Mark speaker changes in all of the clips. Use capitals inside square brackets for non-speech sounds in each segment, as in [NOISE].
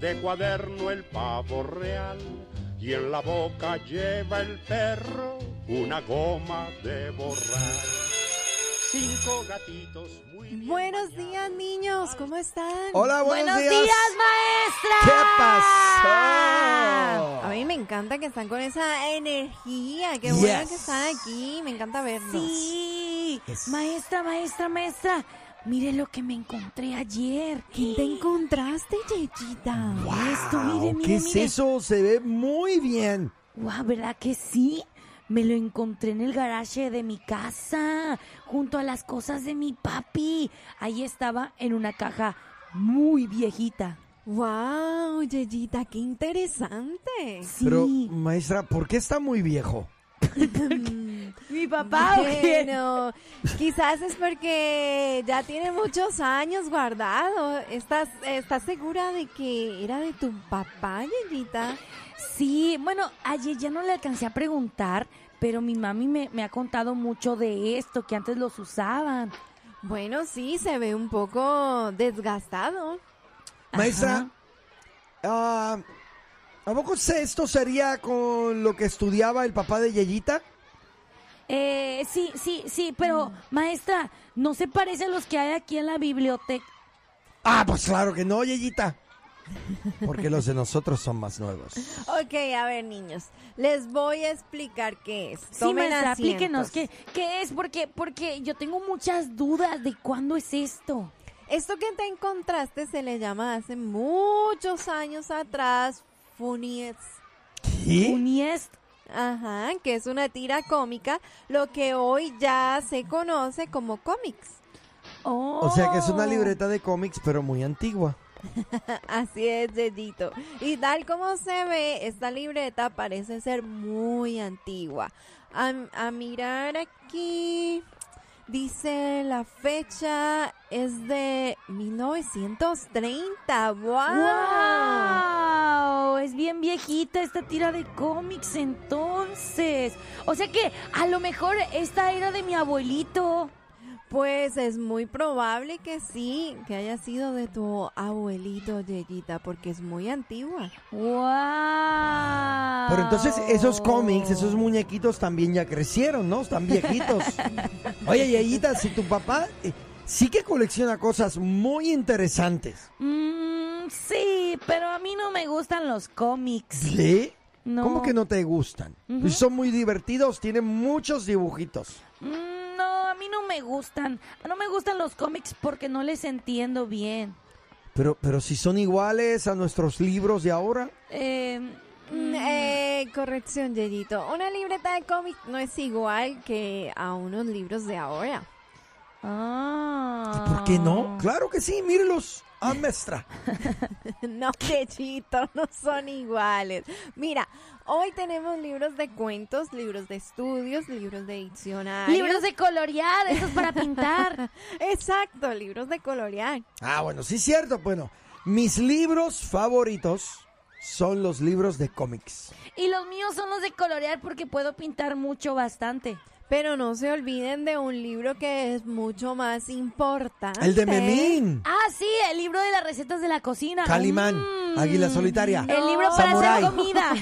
Speaker 1: de cuaderno el pavo real, y en la boca lleva el perro una goma de borrar. Cinco gatitos muy bien
Speaker 2: Buenos días, niños. ¿Cómo están?
Speaker 3: Hola, buenos días.
Speaker 2: maestra.
Speaker 3: ¿Qué pasó?
Speaker 2: A mí me encanta que están con esa energía. Qué bueno
Speaker 3: Yes.
Speaker 2: que están aquí. Me encanta verlos.
Speaker 4: Sí.
Speaker 3: Es-
Speaker 4: Maestra, maestra, maestra. Mire lo que me encontré ayer.
Speaker 2: ¿Quién te encontraste, Yeyita?
Speaker 4: Esto,
Speaker 3: Wow,
Speaker 4: mire, mire,
Speaker 3: ¿Qué es
Speaker 4: mire.
Speaker 3: eso? Se ve muy bien.
Speaker 4: Guau, ¿verdad que sí? Me lo encontré en el garaje de mi casa, junto a las cosas de mi papi. Ahí estaba en una caja muy viejita.
Speaker 2: Wow, Yeyita, qué interesante.
Speaker 4: Sí.
Speaker 3: Pero, maestra, ¿por qué está muy viejo?
Speaker 4: [LAUGHS] mi papá. o qué?
Speaker 2: Bueno, quizás es porque ya tiene muchos años guardado. ¿Estás, estás segura de que era de tu papá, Yeyita?
Speaker 4: Sí, bueno, ayer ya no le alcancé a preguntar, pero mi mami me, me ha contado mucho de esto, que antes los usaban.
Speaker 2: Bueno, sí, se ve un poco desgastado.
Speaker 3: Maestra, ah, ¿a poco se- esto sería con lo que estudiaba el papá de Yeyita?
Speaker 4: Eh, sí, sí, sí,
Speaker 3: Mm.
Speaker 4: pero maestra, ¿no se parece a los que hay aquí en la biblioteca?
Speaker 3: Ah, pues claro que no, Yeyita. Porque los de nosotros son más nuevos.
Speaker 2: Ok, a ver, niños, les voy a explicar qué es.
Speaker 4: Sí,
Speaker 2: Tomen
Speaker 4: maestra,
Speaker 2: asientos.
Speaker 4: aplíquenos qué, qué es, porque, porque yo tengo muchas dudas de cuándo es esto.
Speaker 2: Esto que te encontraste se le llama hace muchos años atrás Funies.
Speaker 3: ¿Qué?
Speaker 4: Uniest.
Speaker 2: Ajá, que es una tira cómica, lo que hoy ya se conoce como cómics.
Speaker 4: Oh.
Speaker 3: O sea que es una libreta de cómics, pero muy antigua.
Speaker 2: Así es, Dedito. Y tal como se ve, esta libreta parece ser muy antigua. A, a mirar aquí, dice la fecha es de 1930. ¡Wow!
Speaker 4: ¡Wow! Es bien viejita esta tira de cómics entonces. O sea que a lo mejor esta era de mi abuelito.
Speaker 2: Pues es muy probable que sí, que haya sido de tu abuelito, Yeyita, porque es muy antigua.
Speaker 4: ¡Wow!
Speaker 3: Pero entonces esos cómics, esos muñequitos también ya crecieron, ¿no? Están
Speaker 4: [LAUGHS]
Speaker 3: viejitos. Oye, Yeyita, si tu papá eh, sí que colecciona cosas muy interesantes.
Speaker 4: Mm, sí, pero a mí no me gustan los cómics.
Speaker 3: ¿Sí?
Speaker 4: No.
Speaker 3: ¿Cómo que no te gustan? Pues
Speaker 4: Ujú.
Speaker 3: Son muy divertidos, tienen muchos dibujitos.
Speaker 4: Mm, no, a mí no me gustan. No me gustan los cómics porque no les entiendo bien.
Speaker 3: Pero, pero si son iguales a nuestros libros de ahora.
Speaker 4: Eh,
Speaker 2: Mm,
Speaker 4: mm,
Speaker 2: eh, corrección, Yeyito. Una libreta de cómic no es igual que a unos libros de ahora.
Speaker 4: mm, ah.
Speaker 3: ¿Por qué no? Claro que sí, mírelos. Ah, maestra.
Speaker 2: [LAUGHS] No, Yeyito, no son iguales. Mira, hoy tenemos libros de cuentos, libros de estudios, libros de diccionarios.
Speaker 4: Libros de colorear, esos para
Speaker 2: [LAUGHS]
Speaker 4: pintar.
Speaker 2: Exacto, libros de colorear.
Speaker 3: Ah, bueno, sí, cierto. Bueno, mis libros favoritos son los libros de cómics.
Speaker 4: y los míos son los de colorear porque puedo pintar mucho, bastante.
Speaker 2: Pero no se olviden de un libro que es mucho más importante.
Speaker 3: El de Memín.
Speaker 4: Ah, sí, el libro de las recetas de la cocina.
Speaker 3: Mm. Calimán,
Speaker 4: Ah. Mm.
Speaker 3: Águila Solitaria.
Speaker 4: El libro para
Speaker 3: Samurái.
Speaker 4: hacer
Speaker 3: [LAUGHS]
Speaker 4: comida.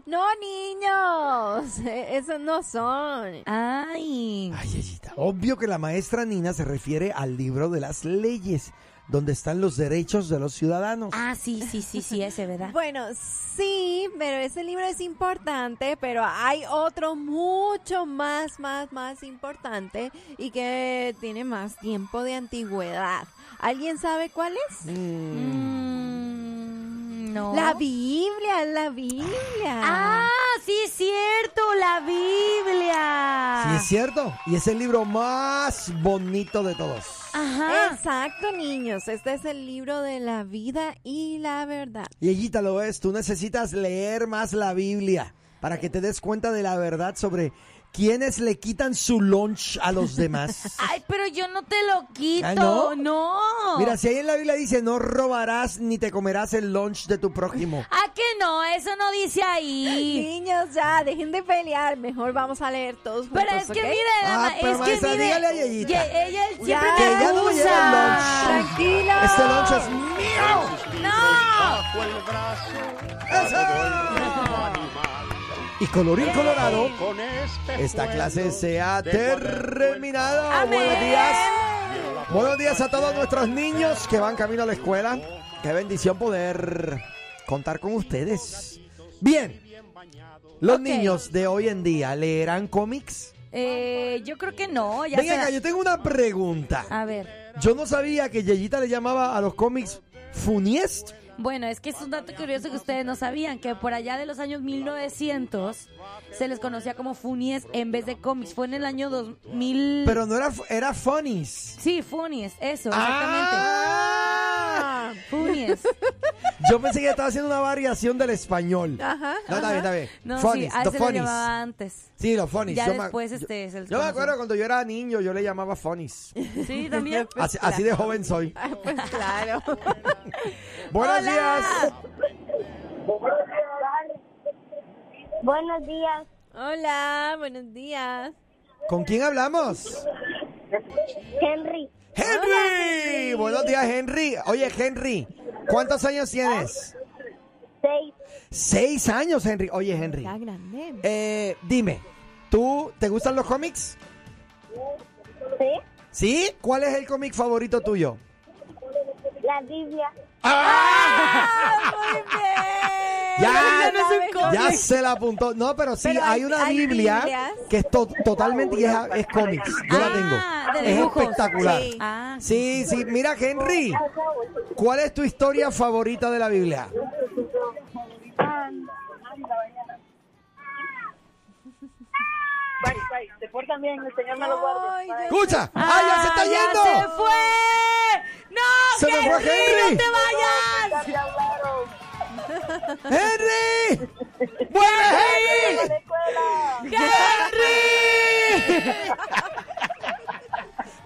Speaker 2: [LAUGHS] No, niños, eh, esos no son.
Speaker 4: Ay.
Speaker 3: Ay, Yeyita, Obvio que la maestra Nina se refiere al libro de las leyes, donde están los derechos de los ciudadanos.
Speaker 4: Ah, sí, sí, sí, sí, ese, ¿verdad?
Speaker 2: Bueno, sí, pero ese libro es importante, pero hay otro mucho más, más, más importante y que tiene más tiempo de antigüedad. ¿Alguien sabe cuál es?
Speaker 4: Mm, no.
Speaker 2: La Biblia, la Biblia.
Speaker 4: Mm, Ah, sí es cierto, la Biblia.
Speaker 3: Sí, es cierto. Y es el libro más bonito de todos.
Speaker 4: Ajá.
Speaker 2: Exacto, niños. Este es el libro de la vida y la verdad.
Speaker 3: Y Ellita, lo ves, tú necesitas leer más la Biblia para que te des cuenta de la verdad sobre quienes le quitan su lunch a los demás.
Speaker 4: [LAUGHS] Ay, pero yo no te lo quito.
Speaker 3: ¿Ah, no?
Speaker 4: No.
Speaker 3: Mira, si ahí en la Biblia dice, no robarás ni te comerás el lunch de tu prójimo.
Speaker 4: ¿A que no? Eso no dice ahí.
Speaker 2: Niños, ya, dejen de pelear. Mejor vamos a leer todos juntos.
Speaker 4: Pero es que
Speaker 2: ¿ok?
Speaker 4: mira, dama,
Speaker 3: Ah, pero
Speaker 4: es
Speaker 3: maestra,
Speaker 4: que mire,
Speaker 3: dígale a Yeyita.
Speaker 4: ye- ella siempre
Speaker 2: Ya,
Speaker 4: me
Speaker 2: que ya
Speaker 3: no
Speaker 4: acusa.
Speaker 3: lleva
Speaker 2: Tranquilo.
Speaker 3: Este lunch es mío.
Speaker 1: Con sus libros
Speaker 4: ¡No!
Speaker 1: bajo el brazo, va todo el reino animal.
Speaker 3: Y colorín colorado,
Speaker 1: Con este
Speaker 3: esta clase
Speaker 1: juego
Speaker 3: se ha
Speaker 1: de poder
Speaker 3: terminado.
Speaker 4: Amén.
Speaker 3: Buenos días.
Speaker 1: vuelta y en la
Speaker 3: Buenos días a todos nuestros niños que van camino a la escuela. Qué bendición poder contar con ustedes. Bien, los
Speaker 4: Ok.
Speaker 3: niños de hoy en día leerán cómics.
Speaker 4: Eh, yo creo que no. Ya Ah.
Speaker 3: Venga,
Speaker 4: se-
Speaker 3: acá, yo tengo una pregunta.
Speaker 4: A ver.
Speaker 3: Yo no sabía que Yeyita le llamaba a los cómics Funiest.
Speaker 4: Bueno, es que es un dato curioso que ustedes no sabían, que por allá de los años 1900 se les conocía como Funies en vez de cómics. Fue en el año 2000...
Speaker 3: Pero no era, fu- era Funnies.
Speaker 4: Sí, Funies, eso, exactamente.
Speaker 3: Ah,
Speaker 4: Funies.
Speaker 3: yo pensé que estaba haciendo una variación del español.
Speaker 2: Ajá,
Speaker 3: No, está bien, está bien.
Speaker 4: No,
Speaker 3: Funnies,
Speaker 4: sí, a
Speaker 3: the
Speaker 4: eso lo
Speaker 3: funnies.
Speaker 4: llamaba antes.
Speaker 3: Sí, los funnies.
Speaker 4: Ya
Speaker 3: yo me-
Speaker 4: después,
Speaker 3: yo-
Speaker 4: este, se les
Speaker 3: yo me
Speaker 4: conoció.
Speaker 3: acuerdo cuando yo era niño, yo le
Speaker 4: [LAUGHS]
Speaker 3: llamaba funnies.
Speaker 4: Sí, también.
Speaker 3: Así, así de
Speaker 4: [LAUGHS]
Speaker 3: joven soy.
Speaker 2: Ah, pues claro.
Speaker 3: Buenos
Speaker 4: Hola.
Speaker 3: días.
Speaker 5: Buenos días.
Speaker 2: [LAUGHS] Hola, buenos días.
Speaker 3: ¿Con quién hablamos?
Speaker 5: Henry,
Speaker 3: Henry. Buenos días, Henry. Oye, Henry, ¿cuántos años tienes?
Speaker 5: 6.
Speaker 3: Seis años, Henry. Oye, Henry.
Speaker 2: Está grande.
Speaker 3: eh, dime, ¿tú te gustan los cómics?
Speaker 5: ¿Sí?
Speaker 3: ¿Sí? ¿Cuál es el cómic favorito tuyo?
Speaker 5: La Biblia.
Speaker 2: ¡Ah,
Speaker 3: Ya,
Speaker 2: no es un
Speaker 3: ya se la apuntó. No, pero sí,
Speaker 2: Pero
Speaker 3: hay,
Speaker 2: hay-
Speaker 3: una
Speaker 2: hay
Speaker 3: Biblia
Speaker 2: Biblias.
Speaker 3: que es to- totalmente y es, es cómics. Yo la
Speaker 4: Ah,
Speaker 3: tengo.
Speaker 4: de
Speaker 3: Es
Speaker 4: dibujos.
Speaker 3: espectacular.
Speaker 2: Sí.
Speaker 4: Ah,
Speaker 3: Sí, sí, mira Henry, ¿cuál es tu historia favorita de la Biblia?
Speaker 5: Se portan bien, el Señor me
Speaker 2: Ay, yo-
Speaker 3: Escucha, ¡ay, Ah, ya se está
Speaker 4: Ah, ya
Speaker 3: yendo!
Speaker 4: se fue! ¡No,
Speaker 3: ¡Se me fue
Speaker 4: Henry,
Speaker 3: Henry!
Speaker 4: ¡No te vayas!
Speaker 3: ¡Henry! ¡Vuelve, Henry! ¡Henry!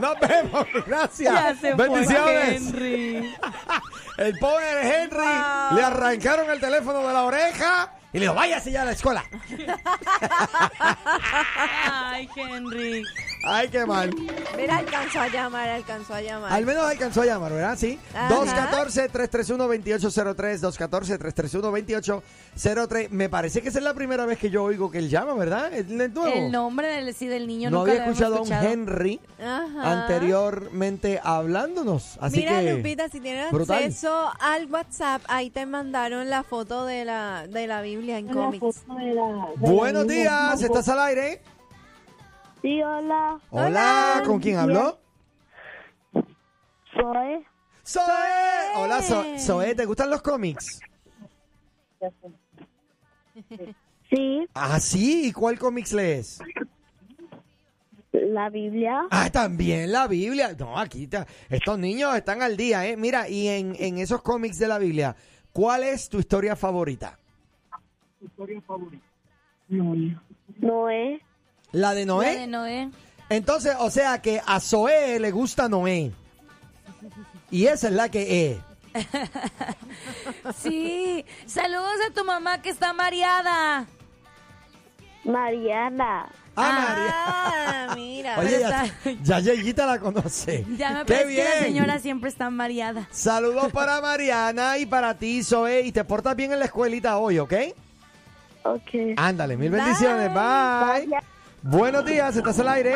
Speaker 3: Nos vemos, gracias.
Speaker 4: Ya se fue
Speaker 3: Bendiciones.
Speaker 4: Henry. Ah.
Speaker 3: El pobre Henry le arrancaron el teléfono de la oreja y le dijo, váyase ya a la escuela.
Speaker 4: [LAUGHS] Ay, Henry.
Speaker 3: Ay, qué mal.
Speaker 2: Mira, alcanzó a llamar, alcanzó a llamar.
Speaker 3: Al menos alcanzó a llamar, ¿verdad? Sí.
Speaker 2: Ajá.
Speaker 3: 214-331-2803, 214-331-2803. Me parece que esa es la primera vez que yo oigo que él llama, ¿verdad? Es de nuevo.
Speaker 4: El nombre del, sí, del niño
Speaker 3: no
Speaker 4: nunca
Speaker 3: había
Speaker 4: lo habíamos
Speaker 3: escuchado a un Henry
Speaker 2: Ajá.
Speaker 3: anteriormente hablándonos. Así
Speaker 2: Mira,
Speaker 3: que...
Speaker 2: Lupita, si tienes
Speaker 3: brutal.
Speaker 2: acceso al WhatsApp, ahí te mandaron la foto de la, de la Biblia en cómics.
Speaker 3: Buenos días, ¿estás al aire?
Speaker 5: Sí, hola.
Speaker 3: Hola, ¿con quién habló?
Speaker 5: Soy.
Speaker 3: Zoe. Hola, Zo- Zoe, ¿te gustan los cómics?
Speaker 5: Sí,
Speaker 3: Ah, sí, ¿y cuál cómics lees?
Speaker 5: la Biblia.
Speaker 3: Ah, también la Biblia. No, aquí está. Estos niños están al día, ¿eh? Mira, y en, en esos cómics de la Biblia, ¿cuál es tu historia favorita?
Speaker 5: Noé.
Speaker 3: ¿La de
Speaker 4: escuchado.
Speaker 3: Noé?
Speaker 4: La de
Speaker 3: [LAUGHS]
Speaker 4: Noé.
Speaker 3: Entonces, o sea que a Zoé le gusta Noé. Y esa es la que es.
Speaker 4: Sí. Saludos a tu mamá que está mareada.
Speaker 5: Mariana.
Speaker 3: Ah,
Speaker 2: Ah, mira.
Speaker 3: María. Oye,
Speaker 4: pero
Speaker 3: ya, ya Yeyita la conoce.
Speaker 4: [LAUGHS] Ya me
Speaker 3: ¡Qué
Speaker 4: parece que
Speaker 3: bien!
Speaker 4: la señora siempre está mareada.
Speaker 3: Saludos para Mariana y para ti, Zoé. Y te portas bien en la escuelita hoy, ¿ok?
Speaker 5: Ok.
Speaker 3: Ándale, mil bendiciones. Bye.
Speaker 5: Gracias.
Speaker 3: Buenos días, estás al aire.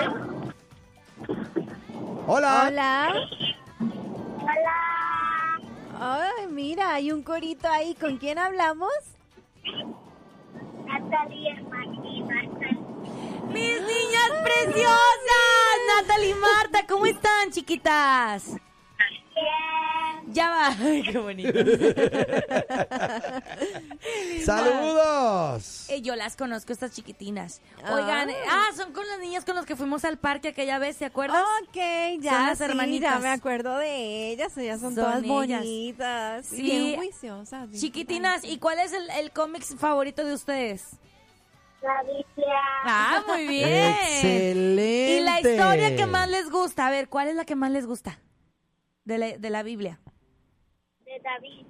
Speaker 3: Hola.
Speaker 2: Hola. Hola. Ay, mira, hay un corito ahí. ¿Con quién hablamos?
Speaker 5: Natalia, Magdi,
Speaker 4: ¡Mis niñas preciosas! Natalie y Marta, ¿cómo están, chiquitas? Ya va. Qué bonito.
Speaker 3: [LAUGHS] ¡Saludos!
Speaker 4: Eh, yo las conozco, estas chiquitinas. Oigan, eh, ah, son con las niñas con las que fuimos al parque aquella vez, ¿se acuerdas?
Speaker 2: Oh, Ok, ya.
Speaker 4: Son las
Speaker 2: sí,
Speaker 4: hermanitas.
Speaker 2: Ya me acuerdo de ellas. Ellas son,
Speaker 4: Son
Speaker 2: todas
Speaker 4: ellas.
Speaker 2: bonitas.
Speaker 4: Sí.
Speaker 2: Bien juiciosas. bien
Speaker 4: Chiquitinas, ¿y cuál es el, el cómic favorito de ustedes?
Speaker 5: La Biblia.
Speaker 4: Ah, [LAUGHS] muy bien.
Speaker 3: ¡Excelente!
Speaker 4: ¿Y la historia que más les gusta? A ver, ¿cuál es la que más les gusta? De la, de la Biblia.
Speaker 5: De David.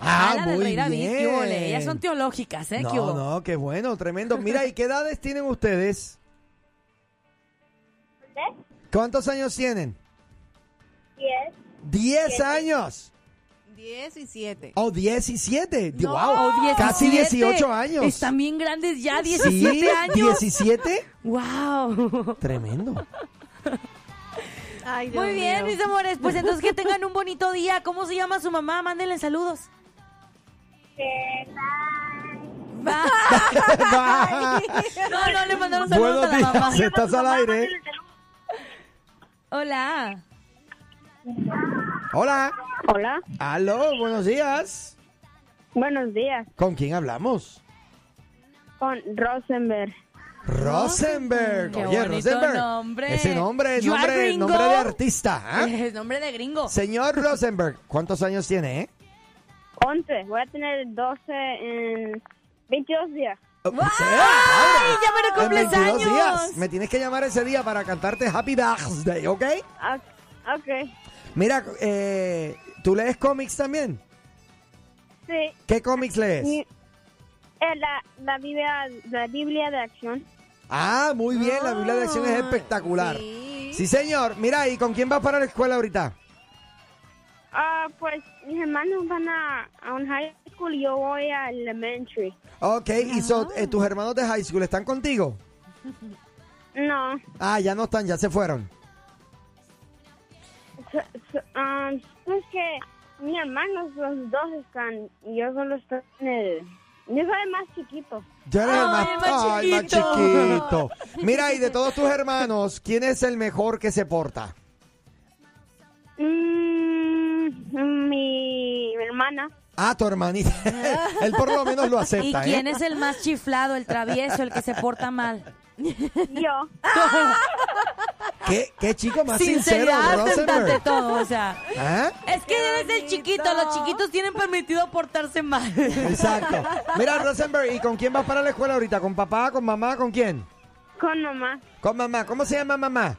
Speaker 3: Ah,
Speaker 4: la del
Speaker 3: muy
Speaker 4: Rey David,
Speaker 3: bien.
Speaker 4: ¿qué hubo le? Ellas son teológicas, ¿eh? ¿Qué
Speaker 3: No,
Speaker 4: hubo?
Speaker 3: no, qué bueno, tremendo. Mira, ¿y qué edades tienen ustedes?
Speaker 5: ¿Dónde?
Speaker 3: ¿Cuántos años tienen?
Speaker 5: Diez.
Speaker 3: ¡Diez
Speaker 2: bonitas.
Speaker 3: años!
Speaker 2: 17.
Speaker 3: ¡O diecisiete!
Speaker 4: No,
Speaker 3: ¡Wow!
Speaker 4: o
Speaker 3: Casi
Speaker 4: 17.
Speaker 3: dieciocho años.
Speaker 4: Están bien grandes ya, 17
Speaker 3: ¿Sí?
Speaker 4: años. [LAUGHS]
Speaker 3: ¿Diecisiete?
Speaker 4: ¡Wow! [LAUGHS]
Speaker 3: Tremendo.
Speaker 2: Ay, Dios
Speaker 4: Muy bien,
Speaker 2: mío.
Speaker 4: mis amores. Pues entonces que tengan un bonito día. ¿Cómo se llama su mamá? Mándenle [LAUGHS] saludos.
Speaker 5: Que la-
Speaker 4: No, no, le mandaron saludos
Speaker 3: Buenos
Speaker 4: a la mamá.
Speaker 3: [LAUGHS] días, estás al aire.
Speaker 4: Hola.
Speaker 3: Hola.
Speaker 5: Hola.
Speaker 3: Aló, buenos días.
Speaker 5: Buenos días.
Speaker 3: ¿Con quién hablamos?
Speaker 5: Con Rosenberg.
Speaker 3: Rosenberg.
Speaker 4: Qué
Speaker 3: Oye,
Speaker 4: bonito
Speaker 3: Rosenberg.
Speaker 4: nombre.
Speaker 3: Ese nombre es
Speaker 4: You are
Speaker 3: nombre,
Speaker 4: gringo.
Speaker 3: nombre de artista. ¿ah?
Speaker 4: [LAUGHS] Es nombre de gringo.
Speaker 3: Señor Rosenberg, ¿cuántos años tiene? eh?
Speaker 5: Once. Voy a tener doce en 22 días.
Speaker 4: ¡Ay, ya me lo
Speaker 3: En
Speaker 4: cumples
Speaker 3: 22
Speaker 4: años!
Speaker 3: días. Me tienes que llamar ese día para cantarte Happy Birthday, ¿ok?
Speaker 5: Ah, Ok.
Speaker 3: Mira, eh, ¿tú lees cómics también?
Speaker 5: Sí.
Speaker 3: ¿Qué cómics lees?
Speaker 5: Y- eh, la, la, Biblia, la Biblia de acción.
Speaker 3: Ah, muy bien, la Biblia de
Speaker 4: Ah,
Speaker 3: Acción es espectacular.
Speaker 2: Sí.
Speaker 3: Sí, señor. Mira, ¿y con quién vas para la escuela ahorita?
Speaker 5: Ah, pues mis hermanos van a, a un high school y yo voy a elementary.
Speaker 3: Ok, ¿y so- eh, tus hermanos de high school están contigo?
Speaker 5: No,
Speaker 3: Ah, ya no están, ya se fueron.
Speaker 5: s- s- um, es que mis hermanos los dos están, y yo solo estoy en el... Yo soy el más chiquito.
Speaker 3: Yo eres el más,
Speaker 4: Ay, más
Speaker 3: ay, más
Speaker 4: chiquito. [LAUGHS]
Speaker 3: chiquito. Mira, y de todos tus hermanos, ¿quién es el mejor que se porta?
Speaker 5: Mm, mi, mi hermana.
Speaker 3: Ah, tu hermanita. [LAUGHS] Él por lo menos lo
Speaker 4: ¿Y
Speaker 3: acepta,
Speaker 4: quién
Speaker 3: ¿eh?
Speaker 4: es el más chiflado, el travieso, el que se porta mal?
Speaker 5: Yo.
Speaker 3: ¿Qué, qué chico más sincero,
Speaker 4: Sinceridad ante
Speaker 3: Rosenberg?
Speaker 4: todo, o sea.
Speaker 3: ¿Ah?
Speaker 4: Es que eres el chiquito, los chiquitos tienen permitido portarse mal.
Speaker 3: Exacto. Mira, Rosenberg, ¿y con quién vas para la escuela ahorita? ¿Con papá, con mamá, con quién?
Speaker 5: Con mamá.
Speaker 3: Con mamá. ¿Cómo se llama mamá?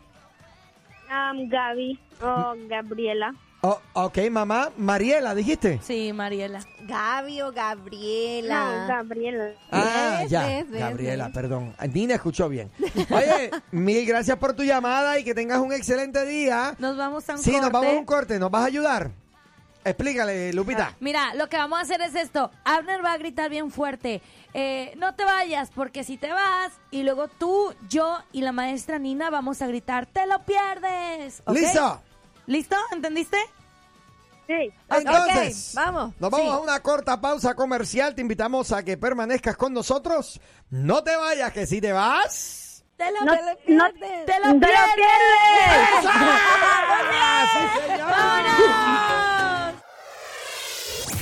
Speaker 5: Um, Gaby o Gabriela.
Speaker 3: Oh, ok, mamá. Mariela, dijiste.
Speaker 4: [LAUGHS] Sí, Mariela.
Speaker 2: Gaby o
Speaker 5: No,
Speaker 2: Gabriela.
Speaker 5: Gabriela.
Speaker 3: Ah,
Speaker 2: Ves,
Speaker 3: ya,
Speaker 2: ves, ves,
Speaker 3: Gabriela,
Speaker 2: ves.
Speaker 3: perdón. Nina escuchó bien. Oye, mil gracias por tu llamada y que tengas un excelente día.
Speaker 4: Nos vamos a un
Speaker 3: sí, nos
Speaker 4: corte.
Speaker 3: vamos a un corte, ¿nos vas a ayudar? Explícale, Lupita.
Speaker 4: Mira, lo que vamos a hacer es esto. Abner va a gritar bien fuerte. eh, no te vayas, porque si te vas, y luego tú, yo y la maestra Nina vamos a gritar, te lo pierdes. Ah, ¿ok?
Speaker 3: ¿Listo?
Speaker 4: ¿Listo? ¿Entendiste?
Speaker 5: Sí.
Speaker 3: Entonces,
Speaker 2: ok, vamos.
Speaker 3: Nos vamos
Speaker 4: Sí.
Speaker 3: a una corta pausa comercial. Te invitamos a que permanezcas con nosotros. No te vayas, que si te vas.
Speaker 4: Te lo,
Speaker 5: No,
Speaker 4: te lo
Speaker 5: no,
Speaker 4: pierdes.
Speaker 5: ¡Te lo pierdes!
Speaker 4: [LAUGHS]
Speaker 3: ¡Ah! ¡Sí, señor!
Speaker 4: ¡Vámonos!